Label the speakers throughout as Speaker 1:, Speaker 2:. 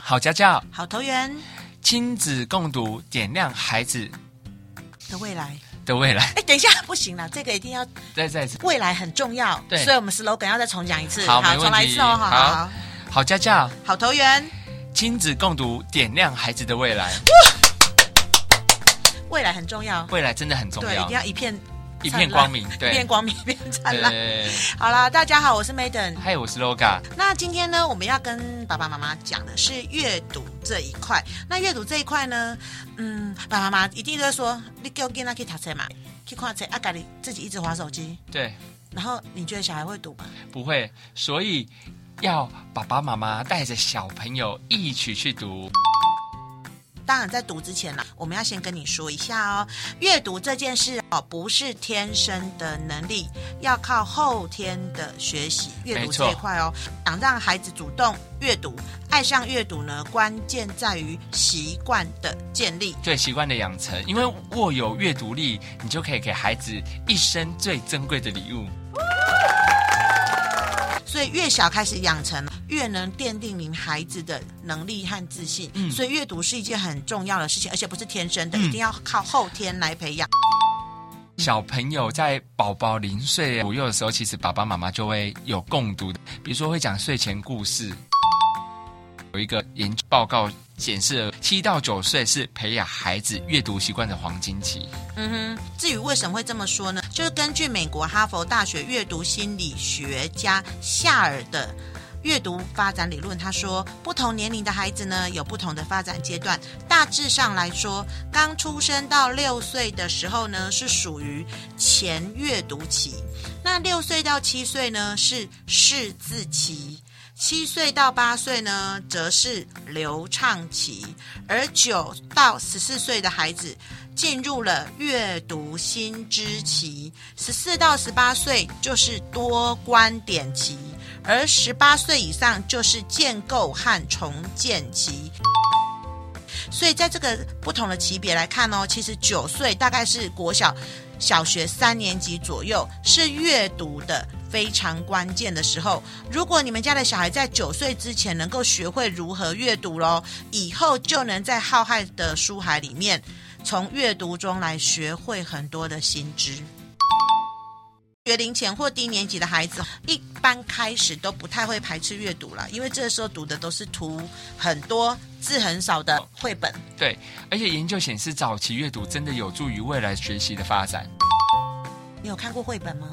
Speaker 1: 好家教，
Speaker 2: 好投缘
Speaker 1: 亲子共读，点亮孩子
Speaker 2: 的未来。
Speaker 1: 的未来。
Speaker 2: 哎，等一下，不行了，这个一定要
Speaker 1: 再再一次，
Speaker 2: 未来很重要，
Speaker 1: 对
Speaker 2: 所以我们 slogan 要再重讲一次，
Speaker 1: 好没问题
Speaker 2: 重来一次哦，好
Speaker 1: 好
Speaker 2: 好
Speaker 1: 好家教，
Speaker 2: 好投缘，
Speaker 1: 亲子共读，点亮孩子的未来。
Speaker 2: 未来很重要，
Speaker 1: 未来真的很重
Speaker 2: 对，一
Speaker 1: 要
Speaker 2: 定，要一片
Speaker 1: 一
Speaker 2: 灿
Speaker 1: 片
Speaker 2: 烂
Speaker 1: 光明。
Speaker 2: 一
Speaker 1: 对
Speaker 2: 片，光明，一片灿烂。
Speaker 1: 对。
Speaker 2: 好啦，大家好，我是 Maiden。
Speaker 1: 嗨，我是 LOGA。
Speaker 2: 那今天呢，我们要跟爸爸妈妈讲的是阅读这一块。那阅读这一块呢，嗯，爸爸妈妈一定都会说，你给我给他去读册嘛，去看册，啊，家里自己一直划手机，
Speaker 1: 对，
Speaker 2: 然后你觉得小孩会读吗？
Speaker 1: 不会，所以要爸爸妈妈带着小朋友一起去读。
Speaker 2: 当然，在读之前呢，我们要先跟你说一下哦，阅读这件事哦，不是天生的能力，要靠后天的学习。阅
Speaker 1: 没
Speaker 2: 读
Speaker 1: 错
Speaker 2: 这一块哦，想让孩子主动阅读、爱上阅读呢，关键在于习惯的建立。
Speaker 1: 对习惯的养成，因为握有阅读力，你就可以给孩子一生最珍贵的礼物。
Speaker 2: 所以越小开始养成，越能奠定您孩子的能力和自信。所以阅读是一件很重要的事情，而且不是天生的，
Speaker 1: 嗯
Speaker 2: 一定要靠后天来培养。
Speaker 1: 小朋友在宝宝零岁左右的时候，其实爸爸妈妈就会有共读的，比如说会讲睡前故事。有一个研究报告显示，七到九岁是培养孩子阅读习惯的黄金期。
Speaker 2: 嗯哼，至于为什么会这么说呢？就是根据美国哈佛大学阅读心理学家夏尔的。阅读发展理论，他说，不同年龄的孩子呢，有不同的发展阶段。大致上来说，刚出生到六岁的时候呢，是属于前阅读期；那六岁到七岁呢，是识字期；七岁到八岁呢，则是流畅期；而九到十四岁的孩子进入了阅读新知期，十四到十八岁就是多观点期，而十八岁以上就是建构和重建期。所以在这个不同的级别来看哦，其实九岁大概是国小、小学三年级左右是阅读的非常关键的时候。如果你们家的小孩在九岁之前能够学会如何阅读喽，以后就能在浩瀚的书海里面，从阅读中来学会很多的新知。学龄前或低年级的孩子，一般开始都不太会排斥阅读了，因为这时候读的都是图很多、字很少的绘本。
Speaker 1: 对，而且研究显示，早期阅读真的有助于未来学习的发展。
Speaker 2: 你有看过绘本吗？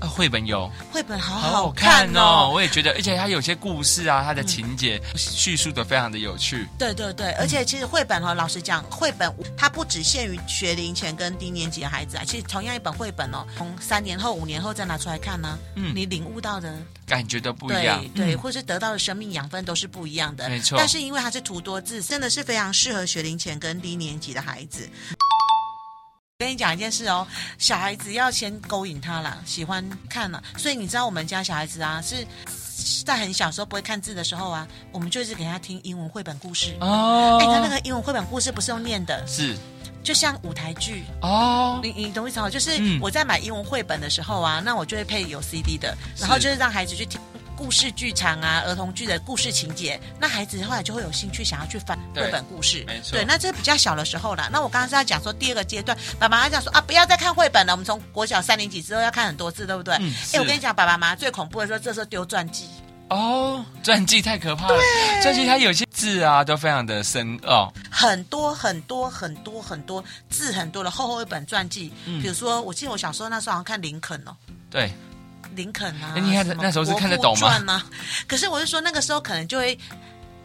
Speaker 1: 啊，绘本有
Speaker 2: 绘本好
Speaker 1: 好好
Speaker 2: 看
Speaker 1: 看
Speaker 2: 哦。
Speaker 1: 哦，我也觉得，而且它有些故事啊，它的情节、叙述的非常的有趣。
Speaker 2: 对对对，而且其实绘本哦，老实讲，绘本它不只限于学龄前跟低年级的孩子啊。其实同样一本绘本哦，从三年后、五年后再拿出来看呢、
Speaker 1: 嗯
Speaker 2: 你领悟到的
Speaker 1: 感觉都不一样嗯
Speaker 2: 对。对，或是得到的生命养分都是不一样的。
Speaker 1: 没错
Speaker 2: 但是因为它是图多字，真的是非常适合学龄前跟低年级的孩子。跟你讲一件事哦，小孩子要先勾引他啦，喜欢看了、所以你知道我们家小孩子啊，是在很小时候不会看字的时候啊，我们就是给他听英文绘本故事。
Speaker 1: 哦，
Speaker 2: 哎，他那个英文绘本故事不是用念的，
Speaker 1: 是
Speaker 2: 就像舞台剧，
Speaker 1: 哦，
Speaker 2: 你你懂我意思吗？就是
Speaker 1: 嗯
Speaker 2: 我在买英文绘本的时候啊，那我就会配有 CD 的，然后
Speaker 1: 是
Speaker 2: 就是让孩子去听故事剧场啊、儿童剧的故事情节，那孩子后来就会有兴趣想要去翻
Speaker 1: 对
Speaker 2: 绘本故事
Speaker 1: 没。错
Speaker 2: 对，那这是比较小的时候啦。那我刚刚是要讲说第二个阶段，爸爸妈妈讲说啊，不要再看绘本了，我们从国小三年级之后要看很多字，对不对？哎、
Speaker 1: 嗯是
Speaker 2: 我跟你讲，爸爸妈妈最恐怖的时候，这时候丢传记。
Speaker 1: 哦，传记太可怕了。传记它有些字啊都非常的深奥、
Speaker 2: 很多很多很多很多字很多的厚厚一本传记，
Speaker 1: 嗯
Speaker 2: 比如说，我记得我小时候那时候好像看林肯哦，
Speaker 1: 对，
Speaker 2: 林肯啊，
Speaker 1: 那哎你看
Speaker 2: 什么
Speaker 1: 那时候是
Speaker 2: 国
Speaker 1: 看得
Speaker 2: 父
Speaker 1: 懂吗
Speaker 2: 传啊？可是我就说那个时候可能就会。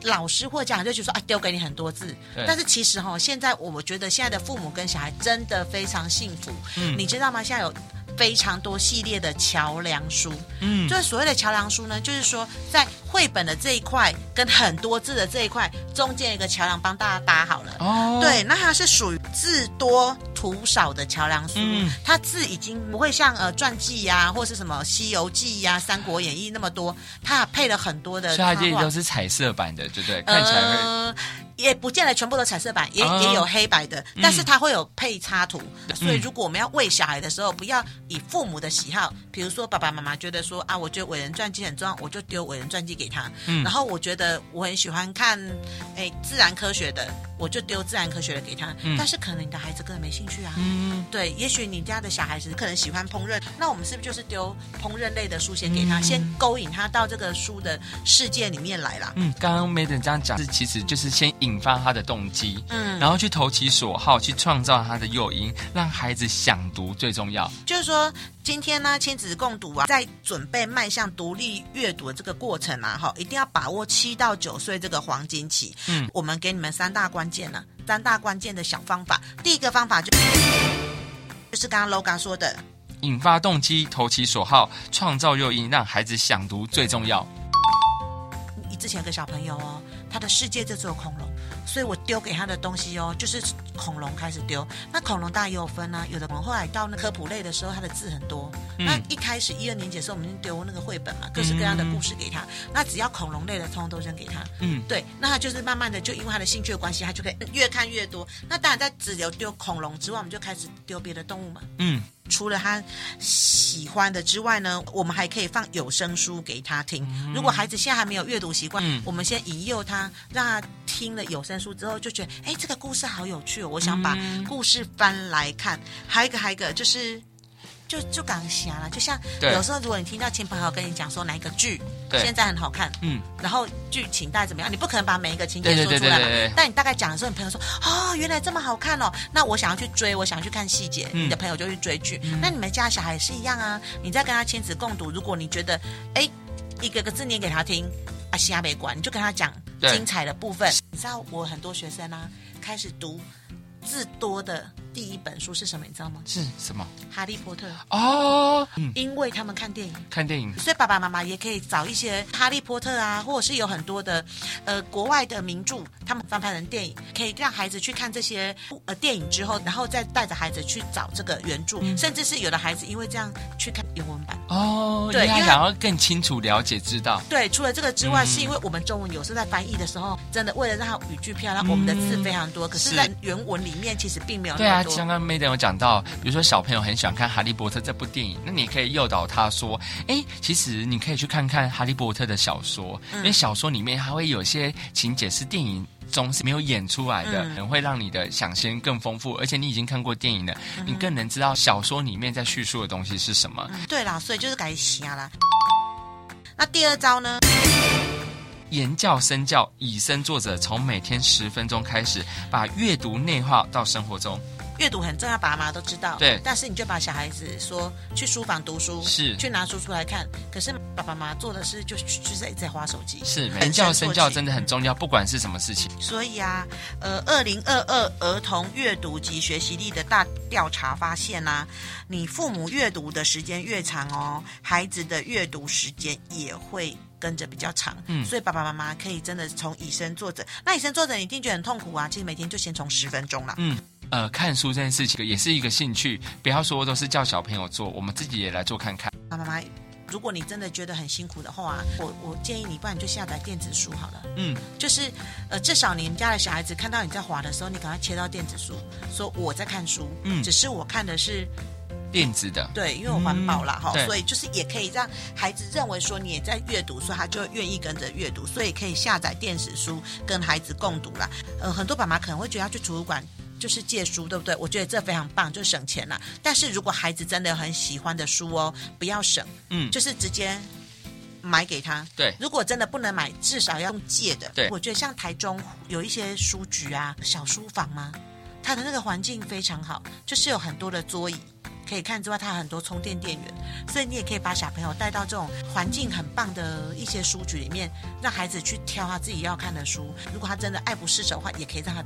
Speaker 2: 老师或家长就觉得说啊，丢给你很多字
Speaker 1: 对，
Speaker 2: 但是其实哈、现在我觉得现在的父母跟小孩真的非常幸福，
Speaker 1: 嗯
Speaker 2: 你知道吗？现在有非常多系列的桥梁书，
Speaker 1: 嗯
Speaker 2: 就，是所谓的桥梁书呢，就是说在绘本的这一块跟很多字的这一块中间有一个桥梁帮大家搭好了，
Speaker 1: 哦，
Speaker 2: 对，那它是属于字多图少的桥梁书，
Speaker 1: 嗯
Speaker 2: 它字已经不会像呃传记呀、或是什么《西游记》呀、三国演义》那么多，它配了很多的
Speaker 1: 所以它
Speaker 2: 插
Speaker 1: 这里
Speaker 2: 画
Speaker 1: 都。是彩色版的，对不对？看起来会、
Speaker 2: 呃，也不见得全部都彩色版，也、
Speaker 1: 啊
Speaker 2: 也有黑白的，但是它会有配插图。所
Speaker 1: 嗯
Speaker 2: 以如果我们要喂小孩的时候，不要以父母的喜好，比如说爸爸妈妈觉得说啊，我觉得伟人传记很重要，我就丢伟人传记给他。
Speaker 1: 嗯
Speaker 2: 然后我觉得我很喜欢看哎自然科学的，我就丢自然科学的给他。但是可能你的孩子根本没兴趣啊。
Speaker 1: 嗯，
Speaker 2: 对，也许你家的小孩子可能喜欢烹饪，那我们是不是就是丢烹饪类的书先给
Speaker 1: 嗯
Speaker 2: 他，先勾引他到这个书的世界里面来啦？
Speaker 1: 嗯，刚刚 Maiden 这样讲，是其实就是先引发他的动机，
Speaker 2: 嗯，
Speaker 1: 然后去投其所好，去创造他的诱因，让孩子想读最重要。
Speaker 2: 就是说，今天呢，亲子共读啊，在准备迈向独立阅读的这个过程啊，哈，一定要把握七到九岁这个黄金期。
Speaker 1: 嗯，
Speaker 2: 我们给你们三大关键呢、三大关键的小方法。第一个方法就就是刚刚 LOGA 说的，
Speaker 1: 引发动机，投其所好，创造诱因，让孩子想读最重要。
Speaker 2: 你之前有个小朋友哦，他的世界就只有恐龙，所以我丢给他的东西哦，就是恐龙开始丢。那恐龙大家也有分啊，有的恐龙后来到那科普类的时候，他的字很多。那一开始一二年级的时候，我们就丢那个绘本嘛，各式各样的故事给他。那只要恐龙类的，通通都扔给他。
Speaker 1: 嗯，
Speaker 2: 对，那他就是慢慢的，就因为他的兴趣的关系，他就可以嗯越看越多。那当然，在只有丢恐龙之外，我们就开始丢别的动物嘛。
Speaker 1: 嗯，
Speaker 2: 除了他喜欢的之外呢，我们还可以放有声书给他听。如果孩子现在还没有阅读习惯，
Speaker 1: 嗯
Speaker 2: 我们先引诱他，让他听了有声书之后就觉得，哎，这个故事好有趣、哦，我想把
Speaker 1: 嗯
Speaker 2: 故事翻来看。还有一个，还有一个就是。就就港侠了，就像
Speaker 1: 对
Speaker 2: 有时候如果你听到亲朋好友跟你讲说哪一个剧
Speaker 1: 对
Speaker 2: 现在很好看，
Speaker 1: 嗯，
Speaker 2: 然后剧情大概怎么样？你不可能把每一个情节
Speaker 1: 对对
Speaker 2: 说出
Speaker 1: 对
Speaker 2: 来
Speaker 1: 对对
Speaker 2: 嘛
Speaker 1: 对。
Speaker 2: 但你大概讲的时候，你朋友说：“哦，原来这么好看哦。”那我想要去追，我想要去看细节，
Speaker 1: 嗯
Speaker 2: 你的朋友就去追剧。那你们家小孩也是一样啊，你在跟他亲子共读，如果你觉得哎一个个字念给他听，啊，西亚没管，你就跟他讲
Speaker 1: 对
Speaker 2: 精彩的部分。你知道我很多学生啊，开始读字多的第一本书是什么？你知道吗？
Speaker 1: 是什么？
Speaker 2: 《哈利波特》，
Speaker 1: 哦，嗯，
Speaker 2: 因为他们看电影。
Speaker 1: 看电影，
Speaker 2: 所以爸爸妈妈也可以找一些《哈利波特》啊，或者是有很多的呃国外的名著，他们翻拍成电影，可以让孩子去看这些呃电影之后，然后再带着孩子去找这个原著，
Speaker 1: 嗯
Speaker 2: 甚至是有的孩子因为这样去看英文版。
Speaker 1: 哦，
Speaker 2: 对
Speaker 1: 因为他
Speaker 2: 因为
Speaker 1: 想要更清楚了解知道。
Speaker 2: 对，除了这个之
Speaker 1: 嗯
Speaker 2: 外，是因为我们中文有时候在翻译的时候，真的为了让它语句漂亮，我们的字非常多，可是，
Speaker 1: 是
Speaker 2: 在原文里面其实并没有
Speaker 1: 对
Speaker 2: 那
Speaker 1: 啊，
Speaker 2: 么多。
Speaker 1: 刚刚 Maiden 有讲到，比如说小朋友很喜欢看《哈利波特》这部电影，那你可以诱导他说：“哎，其实你可以去看看《哈利波特》的小说，因为小说里面还会有些情节是电影中是没有演出来的，
Speaker 2: 嗯
Speaker 1: 可能会让你的想象更丰富，而且你已经看过电影了，你更能知道小说里面在叙述的东西是什么。
Speaker 2: 对啦，所以就是改瞎啦。那第二招呢？
Speaker 1: 言教身教，以身作则，从每天十分钟开始，把阅读内化到生活中。
Speaker 2: 阅读很重要，爸妈都知道。
Speaker 1: 对
Speaker 2: 但是你就把小孩子说去书房读书，
Speaker 1: 是
Speaker 2: 去拿书出来看。可是爸爸妈妈做的事就就是在在划手机，
Speaker 1: 是，
Speaker 2: 很
Speaker 1: 言教
Speaker 2: 深
Speaker 1: 身
Speaker 2: 入
Speaker 1: 教
Speaker 2: 其
Speaker 1: 真的很重要，不管是什么事情。
Speaker 2: 所以啊，呃，二零二二儿童阅读及学习力的大调查发现呐、你父母阅读的时间越长哦，孩子的阅读时间也会。跟着比较长，
Speaker 1: 嗯
Speaker 2: 所以爸爸妈妈可以真的从以身作则。那以身作则，你一定觉得很痛苦啊！其实每天就先从十分钟啦。
Speaker 1: 嗯，呃，看书这件事情也是一个兴趣，不要说都是叫小朋友做，我们自己也来做看看。
Speaker 2: 妈妈妈，如果你真的觉得很辛苦的话，我我建议你，不然你就下载电子书好了。
Speaker 1: 嗯，
Speaker 2: 就是呃，至少你们家的小孩子看到你在滑的时候，你赶快切到电子书，说我在看书，
Speaker 1: 嗯
Speaker 2: 只是我看的是
Speaker 1: 电子的，
Speaker 2: 对，因为我环保啦哈、
Speaker 1: 嗯对
Speaker 2: 所以就是也可以让孩子认为说你也在阅读，所以他就愿意跟着阅读，所以可以下载电子书跟孩子共读啦。呃，很多爸妈可能会觉得要去图书馆。就是借书，对不对？我觉得这非常棒，就省钱啦。但是如果孩子真的有很喜欢的书哦，不要省，
Speaker 1: 嗯，
Speaker 2: 就是直接买给他。
Speaker 1: 对
Speaker 2: 如果真的不能买，至少要用借的。
Speaker 1: 对
Speaker 2: 我觉得像台中有一些书局啊、小书房嘛，它的那个环境非常好，就是有很多的桌椅。可以看之外，它有很多充电电源，所以你也可以把小朋友带到这种环境很棒的一些书局里面，让孩子去挑他自己要看的书。如果他真的爱不释手的话，也可以让他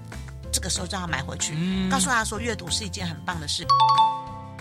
Speaker 2: 这个时候让他买回去，
Speaker 1: 嗯
Speaker 2: 告诉他说阅读是一件很棒的事。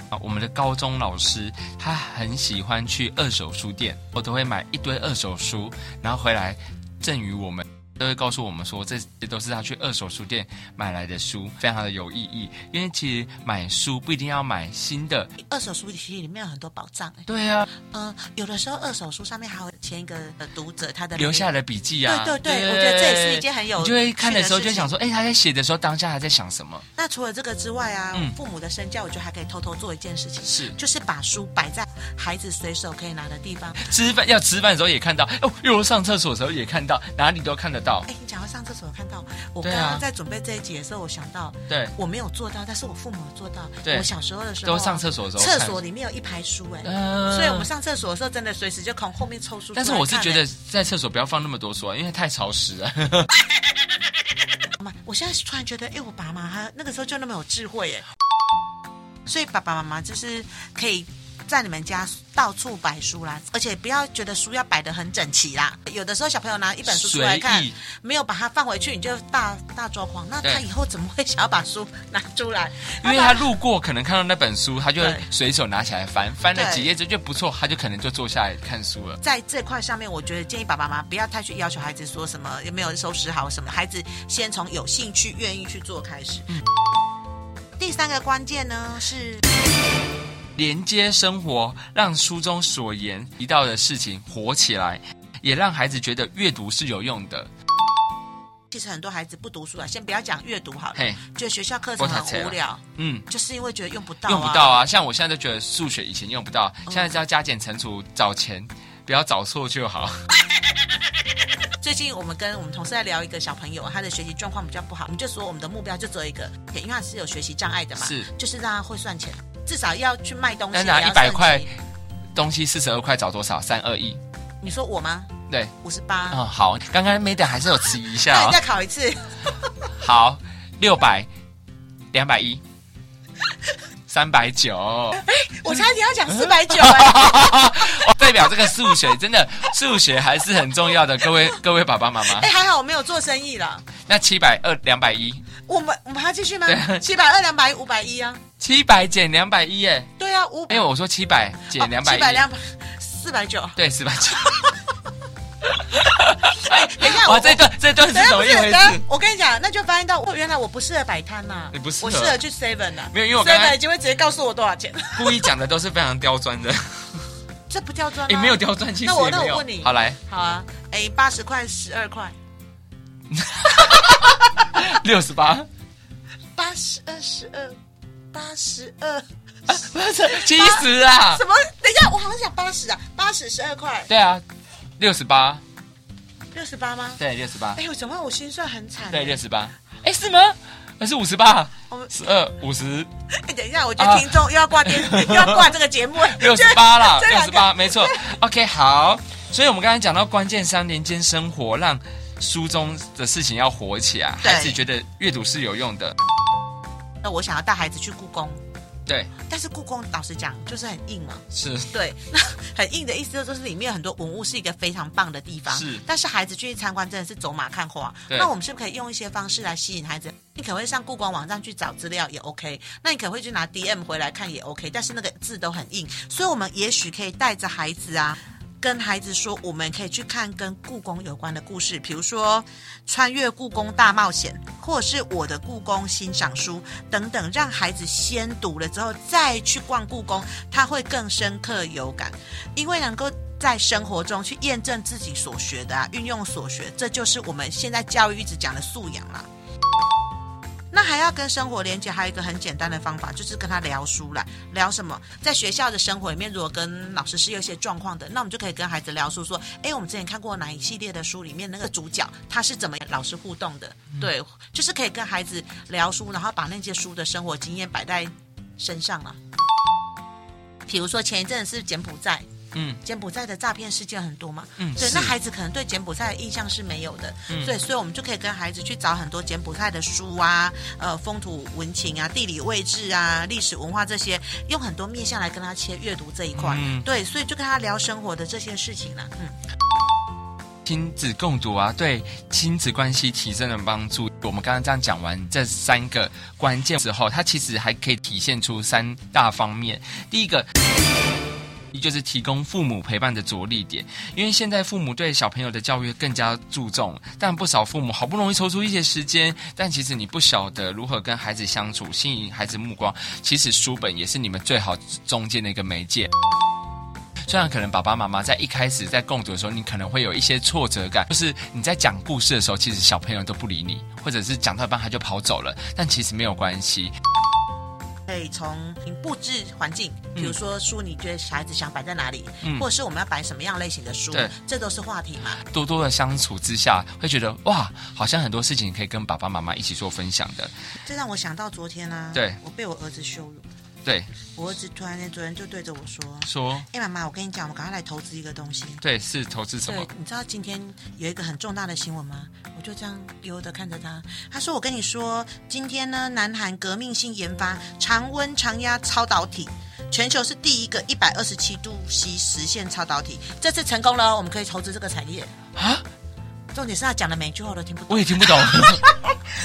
Speaker 1: 啊，我们的高中老师他很喜欢去二手书店，我都会买一堆二手书，然后回来赠予我们。都会告诉我们说，这些都是他去二手书店买来的书，非常的有意义。因为其实买书不一定要买新的，
Speaker 2: 二手书其实里面有很多宝藏、欸，
Speaker 1: 对啊，
Speaker 2: 嗯，有的时候二手书上面还会签一个呃读者他的
Speaker 1: 留下
Speaker 2: 来。
Speaker 1: 来的笔记啊，
Speaker 2: 对对对我觉得这也是一件很有
Speaker 1: 你就会看的时候
Speaker 2: 趣
Speaker 1: 就
Speaker 2: 的事情
Speaker 1: 会想说，哎，他在写的时候当下他在想什么？
Speaker 2: 那除了这个之外啊，
Speaker 1: 嗯
Speaker 2: 父母的身教，我觉得还可以偷偷做一件事情，
Speaker 1: 是
Speaker 2: 就是把书摆在孩子随手可以拿的地方。
Speaker 1: 吃饭要吃饭的时候也看到，哦，又如上厕所的时候也看到，哪里都看得到。
Speaker 2: 哎，你讲到上厕所，我看到我刚
Speaker 1: 对啊
Speaker 2: 刚在准备这一集的时候，我想到
Speaker 1: 对，
Speaker 2: 我没有做到，但是我父母有做到。
Speaker 1: 对
Speaker 2: 我小时候的时候啊，
Speaker 1: 都上厕所的时候
Speaker 2: 厕
Speaker 1: 看
Speaker 2: 所里面有一排书、哎、
Speaker 1: 嗯
Speaker 2: 所以我们上厕所的时候，真的随时就从后面抽书出来
Speaker 1: 但
Speaker 2: 看。
Speaker 1: 是我是觉
Speaker 2: 哎
Speaker 1: 得在厕所不要放那么多书啊，因为太潮湿 了。
Speaker 2: 妈，我现在突然觉得，哎、我爸妈他那个时候就那么有智慧耶。所以爸爸妈妈就是可以在你们家到处摆书啦，而且不要觉得书要摆得很整齐啦。有的时候小朋友拿一本书出来看
Speaker 1: 随意，
Speaker 2: 没有把它放回去，你就大大抓狂。那他
Speaker 1: 对
Speaker 2: 以后怎么会想要把书拿出来？
Speaker 1: 因为他路过可能看到那本书，他就
Speaker 2: 对
Speaker 1: 会随手拿起来翻，翻了
Speaker 2: 对
Speaker 1: 几页之后就不错，他就可能就坐下来看书了。
Speaker 2: 在这块上面，我觉得建议爸爸妈妈不要太去要求孩子说什么有没有收拾好什么，孩子先从有兴趣、愿意去做开始。
Speaker 1: 嗯
Speaker 2: 第三个关键呢是
Speaker 1: 连接生活，让书中所言提到的事情活起来，也让孩子觉得阅读是有用的。
Speaker 2: 其实很多孩子不读书啊，先不要讲阅读好了，
Speaker 1: 嘿，
Speaker 2: 觉得学校课程很无聊，
Speaker 1: 嗯。
Speaker 2: 就是因为觉得用不到、啊，哦
Speaker 1: 用不到。啊！像我现在都觉得数学以前用不到，现在只要加减乘除找钱，不要找错就
Speaker 2: 哦
Speaker 1: 好。
Speaker 2: 最近我们跟我们同事在聊一个小朋友，他的学习状况比较不好，我们就说我们的目标就只有一个，因为他是有学习障碍的嘛，
Speaker 1: 是
Speaker 2: 就是让他会算钱，至少要去卖东西，
Speaker 1: 那拿
Speaker 2: 啊也要
Speaker 1: 一百
Speaker 2: 算
Speaker 1: 块
Speaker 2: 钱，
Speaker 1: 东西四十二块找多少？三二一，
Speaker 2: 你说我吗？
Speaker 1: 对，
Speaker 2: 五十八，
Speaker 1: 嗯，好，刚刚 Madam 还是有迟疑一下
Speaker 2: 那你
Speaker 1: 哦。
Speaker 2: 再考 一次。
Speaker 1: 好，六百，两百一，三百九。哦
Speaker 2: 我差点要
Speaker 1: 嗯
Speaker 2: 讲四百 九哎，
Speaker 1: 代表这个数学真的数学还是很重要的，各位 各位爸爸妈妈
Speaker 2: 哎、。还好我没有做生意了。
Speaker 1: 那七百二两百一，
Speaker 2: 我们我们还要继续吗？
Speaker 1: 对
Speaker 2: 七百二、两百、五百一啊，
Speaker 1: 七百减两百一耶，
Speaker 2: 对啊，五哦
Speaker 1: 因哎为我说七百减两百
Speaker 2: 七百
Speaker 1: 一，
Speaker 2: 两百四百九。
Speaker 1: 对， 四百九。
Speaker 2: 哎，等一下，
Speaker 1: 哇，
Speaker 2: 我
Speaker 1: 这段这段是
Speaker 2: 等一
Speaker 1: 怎
Speaker 2: 下
Speaker 1: 么
Speaker 2: 啊不
Speaker 1: 一
Speaker 2: 是，等
Speaker 1: 回事？
Speaker 2: 一下我跟你讲，那就发现到我原来我不适合摆摊呐，
Speaker 1: 你不适合
Speaker 2: 我适合去 Seven 呐，
Speaker 1: 没有因为我刚才
Speaker 2: Seven 就会直接告诉我多少钱，
Speaker 1: 故意讲的都是非常刁钻的，
Speaker 2: 这不刁钻
Speaker 1: 也
Speaker 2: 吗？
Speaker 1: 没有刁钻，其实
Speaker 2: 哦那我
Speaker 1: 也没
Speaker 2: 那我
Speaker 1: 有
Speaker 2: 问你。
Speaker 1: 好来，
Speaker 2: 好啊，哎，八十块、十二块、
Speaker 1: 六十 八，
Speaker 2: 八十二、十二、八十二，
Speaker 1: 啊不是七十啊
Speaker 2: 什？么？等一下，我好像想八十啊，八十十二块，
Speaker 1: 对啊，六十八，
Speaker 2: 六十八吗？
Speaker 1: 对，六十八，
Speaker 2: 哎，我怎么我心算很惨？
Speaker 1: 对，六十八。哎，是吗？还是五十八
Speaker 2: 我们？
Speaker 1: 十二五十
Speaker 2: 哎，等一下，我觉得听众又要挂 电，又要挂这个节目，
Speaker 1: 啊六十八啦，
Speaker 2: 这
Speaker 1: 六
Speaker 2: 两
Speaker 1: 十
Speaker 2: 个
Speaker 1: 八，没错。OK，好。所以我们刚才讲到关键三连接生活，让书中的事情要火起来，
Speaker 2: 对
Speaker 1: 孩子觉得阅读是有用的。
Speaker 2: 那我想要带孩子去故宫，
Speaker 1: 对，
Speaker 2: 但是故宫老实讲就是很硬嘛。
Speaker 1: 是
Speaker 2: 对，那很硬的意思就是里面有很多文物是一个非常棒的地方，
Speaker 1: 是
Speaker 2: 但是孩子去参观真的是走马看花。
Speaker 1: 对
Speaker 2: 那我们是不是可以用一些方式来吸引孩子？你可能会上故宫网站去找资料也 OK，那你可能会去拿 DM 回来看也 OK，但是那个字都很硬，所以我们也许可以带着孩子啊。跟孩子说，我们可以去看跟故宫有关的故事，比如说《穿越故宫大冒险》，或者是《我的故宫欣赏书》等等，让孩子先读了之后再去逛故宫，他会更深刻有感，因为能够在生活中去验证自己所学的啊，运用所学，这就是我们现在教育一直讲的素养啦。那还要跟生活连接，还有一个很简单的方法，就是跟他聊书啦。聊什么？在学校的生活里面，如果跟老师是有一些状况的，那我们就可以跟孩子聊书，说：诶，我们之前看过哪一系列的书，里面那个主角他是怎么老师互动的？对，就是可以跟孩子聊书，然后把那些书的生活经验摆在身上啊。比如说前一阵子是柬埔寨，
Speaker 1: 嗯，
Speaker 2: 柬埔寨的诈骗事件很多嘛，
Speaker 1: 嗯
Speaker 2: 对，
Speaker 1: 是嗯
Speaker 2: 那孩子可能对柬埔寨的印象是没有的，对，所以我们就可以跟孩子去找很多柬埔寨的书啊，呃，风土文情啊、地理位置啊、历史文化这些，用很多面向来跟他切阅读这一块，
Speaker 1: 嗯
Speaker 2: 对，所以就跟他聊生活的这些事情啦，嗯，
Speaker 1: 亲子共读啊，对亲子关系提升的帮助。我们刚刚这样讲完这三个关键之后，它其实还可以体现出三大方面。第一个，一就是提供父母陪伴的着力点，因为现在父母对小朋友的教育更加注重，但不少父母好不容易抽出一些时间，但其实你不晓得如何跟孩子相处，吸引孩子目光，其实书本也是你们最好中间的一个媒介。虽然可能爸爸妈妈在一开始在共读的时候，你可能会有一些挫折感，就是你在讲故事的时候，其实小朋友都不理你，或者是讲到一半他就跑走了，但其实没有关系。
Speaker 2: 可以从你布置环境，
Speaker 1: 嗯
Speaker 2: 比如说书，你觉得小孩子想摆在哪里，或者是我们要摆什么样类型的书
Speaker 1: 对，
Speaker 2: 这都是话题嘛。
Speaker 1: 多多的相处之下，会觉得哇，好像很多事情可以跟爸爸妈妈一起做分享的。
Speaker 2: 这让我想到昨天啊，
Speaker 1: 对
Speaker 2: 我被我儿子羞辱，
Speaker 1: 对，
Speaker 2: 我儿子突然间昨天就对着我说
Speaker 1: 说：“
Speaker 2: 哎、妈妈，我跟你讲，我们赶快来投资一个东西。”
Speaker 1: 对是投资什
Speaker 2: 对
Speaker 1: 么？，
Speaker 2: 你知道今天有一个很重大的新闻吗？我就这样悠的看着他，他说：“我跟你说，今天呢，南韩革命性研发常温常压超导体，全球是第一个一百二十七度 C 实现超导体，这次成功了哦，我们可以投资这个产业。”
Speaker 1: 啊，
Speaker 2: 重点是他讲的每一句话我都听不懂。
Speaker 1: 我也听不 懂，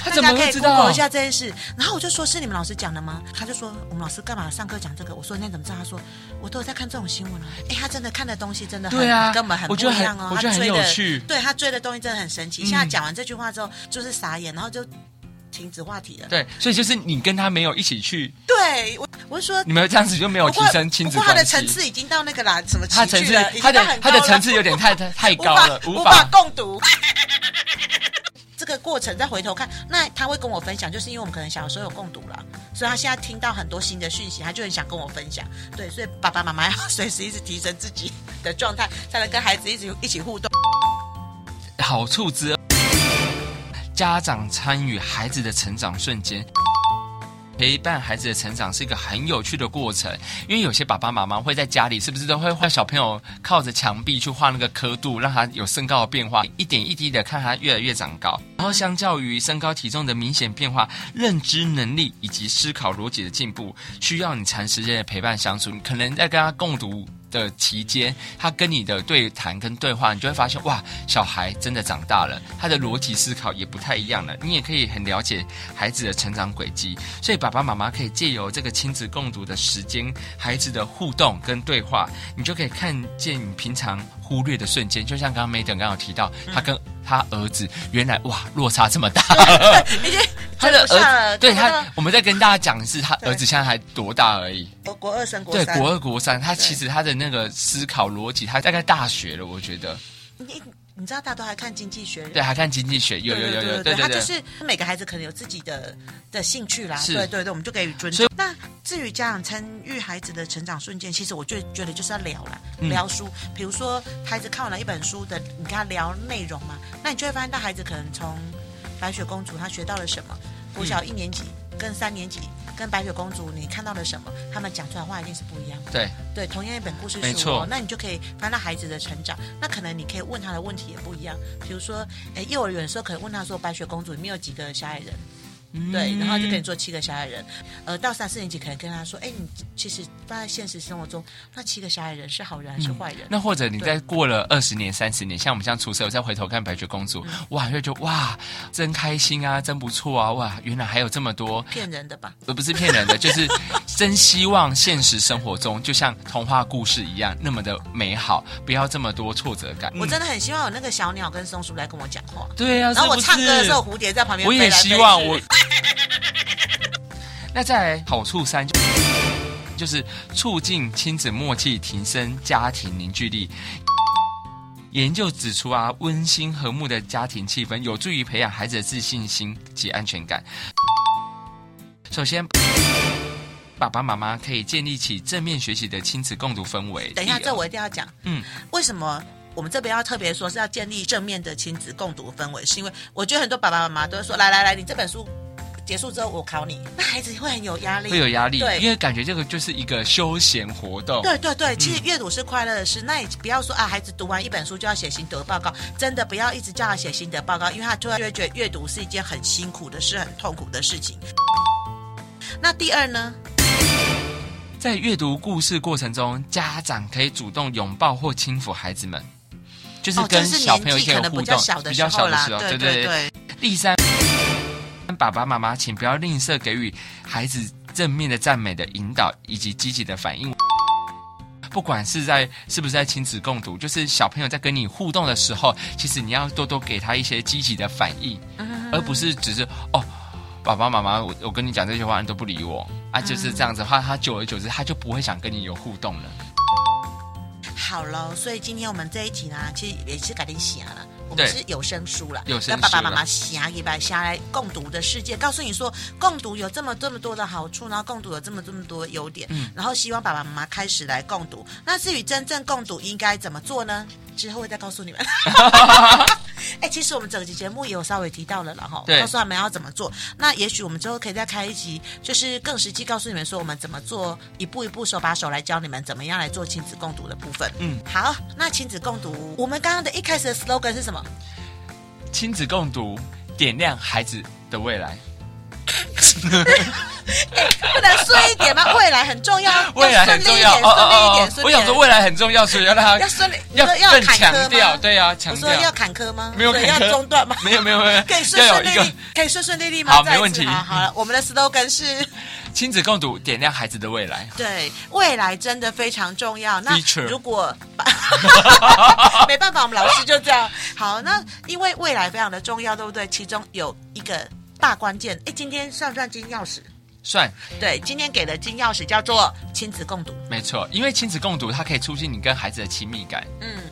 Speaker 1: 他怎么
Speaker 2: 大家可
Speaker 1: 会
Speaker 2: 以
Speaker 1: 知
Speaker 2: Google
Speaker 1: 道
Speaker 2: 一？下这件事？然后我就说：“是你们老师讲的吗？”他就说：“我们老师干嘛上课讲这个？”我说：“那你怎么知道？”他说：“我都有在看这种新闻啊。” 哎，他真的看的东西真的很
Speaker 1: 对啊
Speaker 2: 跟我们很
Speaker 1: 我
Speaker 2: 不
Speaker 1: 觉得
Speaker 2: 一
Speaker 1: 很
Speaker 2: 样哦。
Speaker 1: 我
Speaker 2: 他
Speaker 1: 觉得很
Speaker 2: 追的
Speaker 1: 有趣嗯
Speaker 2: 对他追的东西真的很神奇。现在讲完这句话之后，就是傻眼，然后就停止话题了。
Speaker 1: 对，所以就是你跟他没有一起去，
Speaker 2: 对，我我是说，
Speaker 1: 你们这样子就没有
Speaker 2: 不
Speaker 1: 提
Speaker 2: 过
Speaker 1: 升亲
Speaker 2: 不
Speaker 1: 子
Speaker 2: 过他
Speaker 1: 关
Speaker 2: 的
Speaker 1: 系
Speaker 2: 层。次已经到那个啦，什么
Speaker 1: 他层
Speaker 2: 情绪
Speaker 1: 次
Speaker 2: 了，已，
Speaker 1: 他
Speaker 2: 经
Speaker 1: 的
Speaker 2: 到很
Speaker 1: 他
Speaker 2: 高
Speaker 1: 的
Speaker 2: 了
Speaker 1: 层次有点太太太
Speaker 2: 无
Speaker 1: 高
Speaker 2: 法
Speaker 1: 了，
Speaker 2: 无
Speaker 1: 无
Speaker 2: 法
Speaker 1: 法。
Speaker 2: 共读。 这个过程再回头看，那他会跟我分享，就是因为我们可能小时候有共读了，所以他现在听到很多新的讯息，他就很想跟我分享。对，所以爸爸妈妈要随时一直提升自己的状态，才能跟孩子一直一起互动。
Speaker 1: 好处之二，家长参与孩子的成长瞬间。陪伴孩子的成长是一个很有趣的过程，因为有些爸爸妈妈会在家里，是不是都会画小朋友靠着墙壁去画那个刻度，让他有身高的变化，一点一滴的看他越来越长高。然后，相较于身高体重的明显变化，认知能力以及思考逻辑的进步，需要你长时间的陪伴相处。你可能在跟他共读的期间，他跟你的对谈跟对话，你就会发现哇，小孩真的长大了，他的逻辑思考也不太一样了。你也可以很了解孩子的成长轨迹，所以爸爸妈妈可以借由这个亲子共读的时间，孩子的互动跟对话，你就可以看见你平常忽略的瞬间。就像刚刚 Maiden 刚刚有提到，他跟他儿子原来哇落差这么大，
Speaker 2: 已经
Speaker 1: 他
Speaker 2: 追
Speaker 1: 的
Speaker 2: 不上
Speaker 1: 儿
Speaker 2: 了，
Speaker 1: 子对
Speaker 2: 他
Speaker 1: 他，我们在跟大家讲的是他
Speaker 2: 对
Speaker 1: 儿子现在还多大而已。
Speaker 2: 国国二升国
Speaker 1: 对，
Speaker 2: 三，
Speaker 1: 国二、国三，他
Speaker 2: 对
Speaker 1: 其实他的那个思考逻辑，他大概大学了，我觉得。
Speaker 2: 你你知道大家都还看经济学人
Speaker 1: 对，还看经济学，有有有有，
Speaker 2: 对
Speaker 1: 对
Speaker 2: 他就
Speaker 1: 对。
Speaker 2: 是每个孩子可能有自己的的兴趣啦，
Speaker 1: 是
Speaker 2: 对对对，我们就给予尊
Speaker 1: 所
Speaker 2: 重。那至于家长参与孩子的成长瞬间，其实我就觉得就是要聊啦，
Speaker 1: 嗯
Speaker 2: 聊书，比如说孩子看完了一本书的，你跟他聊内容嘛，那你就会发现到孩子可能从白雪公主他学到了什么，国小一年级跟三年级。跟白雪公主，你看到了什么？他们讲出来的话一定是不一样的。
Speaker 1: 对，
Speaker 2: 对，同样一本故事书、哦，
Speaker 1: 没错
Speaker 2: 那你就可以翻到孩子的成长。那可能你可以问他的问题也不一样，比如说，诶，幼儿园的时候可能问他说，白雪公主里面有几个小矮人？对，然后就跟你
Speaker 1: 嗯
Speaker 2: 说七个小矮人。呃，到三四年级可能跟他说，诶，你其实放在现实生活中，那七个小矮人是好人还是坏人？
Speaker 1: 嗯那或者你在过了二十年、三十年，像我们这样出社会，再回头看《白雪公主》，
Speaker 2: 嗯
Speaker 1: 哇，就觉得哇，真开心啊，真不错啊，哇，原来还有这么多，
Speaker 2: 骗人的吧？
Speaker 1: 而不是骗人的， 就是真希望现实生活中就像童话故事一样那么的美好，不要这么多挫折感。
Speaker 2: 我
Speaker 1: 嗯
Speaker 2: 真的很希望有那个小鸟跟松鼠来跟我讲话，
Speaker 1: 对啊，
Speaker 2: 然后我
Speaker 1: 是不
Speaker 2: 唱歌的
Speaker 1: 是
Speaker 2: 时候，蝴蝶在旁边
Speaker 1: 我
Speaker 2: 飞
Speaker 1: 也
Speaker 2: 来飞
Speaker 1: 希望
Speaker 2: 去
Speaker 1: 我。 那再来好处三，就是促进亲子默契，提升家庭凝聚力。研究指出啊，温馨和睦的家庭气氛有助于培养孩子的自信心及安全感。首先，爸爸妈妈可以建立起正面学习的亲子共读氛围。
Speaker 2: 等一下，
Speaker 1: 第二
Speaker 2: 这我一定要讲。
Speaker 1: 啊嗯，
Speaker 2: 为什么我们这边要特别说是要建立正面的亲子共读氛围？是因为我觉得很多爸爸妈妈都会说，来来来，你这本书结束之后我考你，那孩子会很有压力
Speaker 1: 会。有压力嗯
Speaker 2: 对，
Speaker 1: 因为感觉这个就是一个休闲活动。
Speaker 2: 对对对，其实阅读是快乐的事，那也不要说啊，孩子读完一本书就要写心得报告，真的不要一直叫他写心得报告，因为他突然就会觉得阅读是一件很辛苦的事，很痛苦的事情。那第二呢，
Speaker 1: 在阅读故事过程中，家长可以主动拥抱或亲抚孩子们，就是
Speaker 2: 哦，就
Speaker 1: 跟
Speaker 2: 是
Speaker 1: 小朋友
Speaker 2: 年
Speaker 1: 一
Speaker 2: 纪
Speaker 1: 些
Speaker 2: 可
Speaker 1: 有
Speaker 2: 能
Speaker 1: 互
Speaker 2: 比
Speaker 1: 动
Speaker 2: 较，小的
Speaker 1: 比
Speaker 2: 时
Speaker 1: 较
Speaker 2: 候
Speaker 1: 小的
Speaker 2: 啦，
Speaker 1: 时候，
Speaker 2: 对
Speaker 1: 对对。
Speaker 2: 对对，
Speaker 1: 第三，爸爸妈妈请不要吝啬给予孩子正面的赞美的引导以及积极的反应。不管是在是不是在亲子共读，就是小朋友在跟你互动的时候，其实你要多多给他一些积极的反应，而不是只是哦。爸爸妈妈，我我跟你讲这句话，你都不理我啊，就是这样子的话，他久而久之，他就不会想跟你有互动了。
Speaker 2: 好喽，所以今天我们这一集呢，其实也是改天写了，我们
Speaker 1: 对
Speaker 2: 是有声书了，
Speaker 1: 有声书
Speaker 2: 让
Speaker 1: 啦
Speaker 2: 爸爸妈妈写一把下来共读的世界，告诉你说共读有这么这么多的好处，然后共读有这么这么多的优点，
Speaker 1: 嗯
Speaker 2: 然后希望爸爸妈妈开始来共读。那至于真正共读应该怎么做呢？之后会再告诉你们。哎、其实我们整期节目也有稍微提到了啦，哈，
Speaker 1: 对
Speaker 2: 告诉他们要怎么做。那也许我们之后可以再开一集，就是更实际告诉你们说我们怎么做，一步一步手把手来教你们怎么样来做亲子共读的部分。
Speaker 1: 嗯，
Speaker 2: 好，那亲子共读，我们刚刚的一开始的 slogan 是什么？
Speaker 1: 亲子共读，点亮孩子的未来。
Speaker 2: 不能顺一点吗？未来很重要，
Speaker 1: 未来很重要哦
Speaker 2: 顺利一点，顺利一点，顺利一点。
Speaker 1: 我想说未来很重要，所以要让他
Speaker 2: 要顺利，你
Speaker 1: 要
Speaker 2: 说要
Speaker 1: 更
Speaker 2: 坎坷
Speaker 1: 强
Speaker 2: 吗
Speaker 1: 调，，对啊，
Speaker 2: 我
Speaker 1: 强
Speaker 2: 说要
Speaker 1: 调
Speaker 2: 坎坷吗？
Speaker 1: 没有
Speaker 2: 所以
Speaker 1: 坎坷
Speaker 2: 要中断吗？
Speaker 1: 没有没有没有，
Speaker 2: 可以顺
Speaker 1: 要有
Speaker 2: 顺利
Speaker 1: 一
Speaker 2: 利
Speaker 1: 个，
Speaker 2: 可以顺顺利利吗？
Speaker 1: 好
Speaker 2: 再一次
Speaker 1: 没问题
Speaker 2: 好，好了，我们的 slogan 是。
Speaker 1: 亲子共读，点亮孩子的未来。
Speaker 2: 对，未来真的非常重要。那
Speaker 1: Feature
Speaker 2: 如果 没办法，我们老师就这样。好，那因为未来非常的重要，对不对？其中有一个大关键，哎，今天算不算金钥匙？
Speaker 1: 算
Speaker 2: 对，今天给的金钥匙叫做亲子共读。
Speaker 1: 没错，因为亲子共读，它可以促进你跟孩子的亲密感。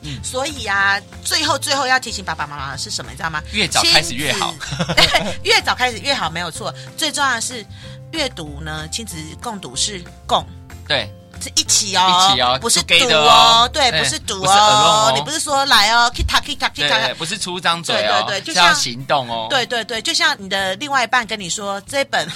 Speaker 2: 嗯，所以啊，最后最后要提醒爸爸妈妈的是什么，你知道吗？
Speaker 1: 越早开始越好
Speaker 2: 亲子，越早开始越好，没有错。最重要的是，阅读呢，亲子共读是共。
Speaker 1: 对，
Speaker 2: 是一起哦，
Speaker 1: 一起哦
Speaker 2: 不是赌
Speaker 1: together
Speaker 2: 哦
Speaker 1: 哦，
Speaker 2: 对，
Speaker 1: 对
Speaker 2: 不是赌
Speaker 1: 不是 alone 哦
Speaker 2: 你不是说来哦，kita kita
Speaker 1: 对对，对
Speaker 2: kita，
Speaker 1: 不是出张嘴哦，
Speaker 2: 对对对就是像
Speaker 1: 要行动哦。
Speaker 2: 对对对，就像你的另外一半跟你说这本《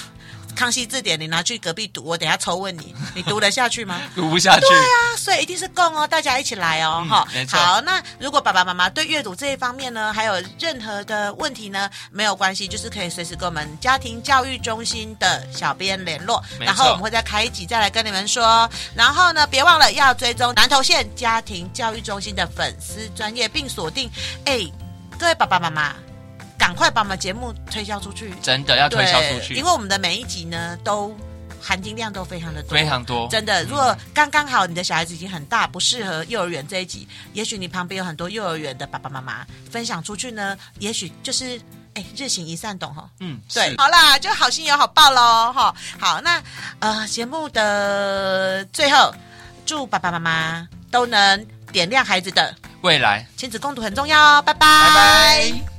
Speaker 2: 康熙字典》，你拿去隔壁读，我等一下抽问你，你读得下去吗？
Speaker 1: 读不下去，
Speaker 2: 对啊，所以一定是共哦，大家一起来哦，哈、
Speaker 1: 嗯没错
Speaker 2: 好，那如果爸爸妈妈对阅读这一方面呢，还有任何的问题呢，没有关系，就是可以随时跟我们家庭教育中心的小编联络，
Speaker 1: 没错
Speaker 2: 然后我们会再开一集再来跟你们说。然后呢，别忘了要追踪南投县家庭教育中心的粉丝专业，并锁定，哎，各位爸爸妈妈，赶快把我们节目推销出去，
Speaker 1: 真的要推销出
Speaker 2: 对
Speaker 1: 去
Speaker 2: 因，为我们的每一集呢都。含金量都非常的多，
Speaker 1: 非常多。
Speaker 2: 真的，如果刚刚好你的小孩子已经很大，不适合幼儿园这一集，也许你旁边有很多幼儿园的爸爸妈妈分享出去呢，也许就是。哎，日行一善，懂哈？
Speaker 1: 嗯，
Speaker 2: 对
Speaker 1: 是，
Speaker 2: 好啦，就好心有好报喽，哈。好，那呃，节目的最后，祝爸爸妈妈都能点亮孩子的
Speaker 1: 未来，
Speaker 2: 亲子共读很重要哦，拜拜
Speaker 1: 拜拜。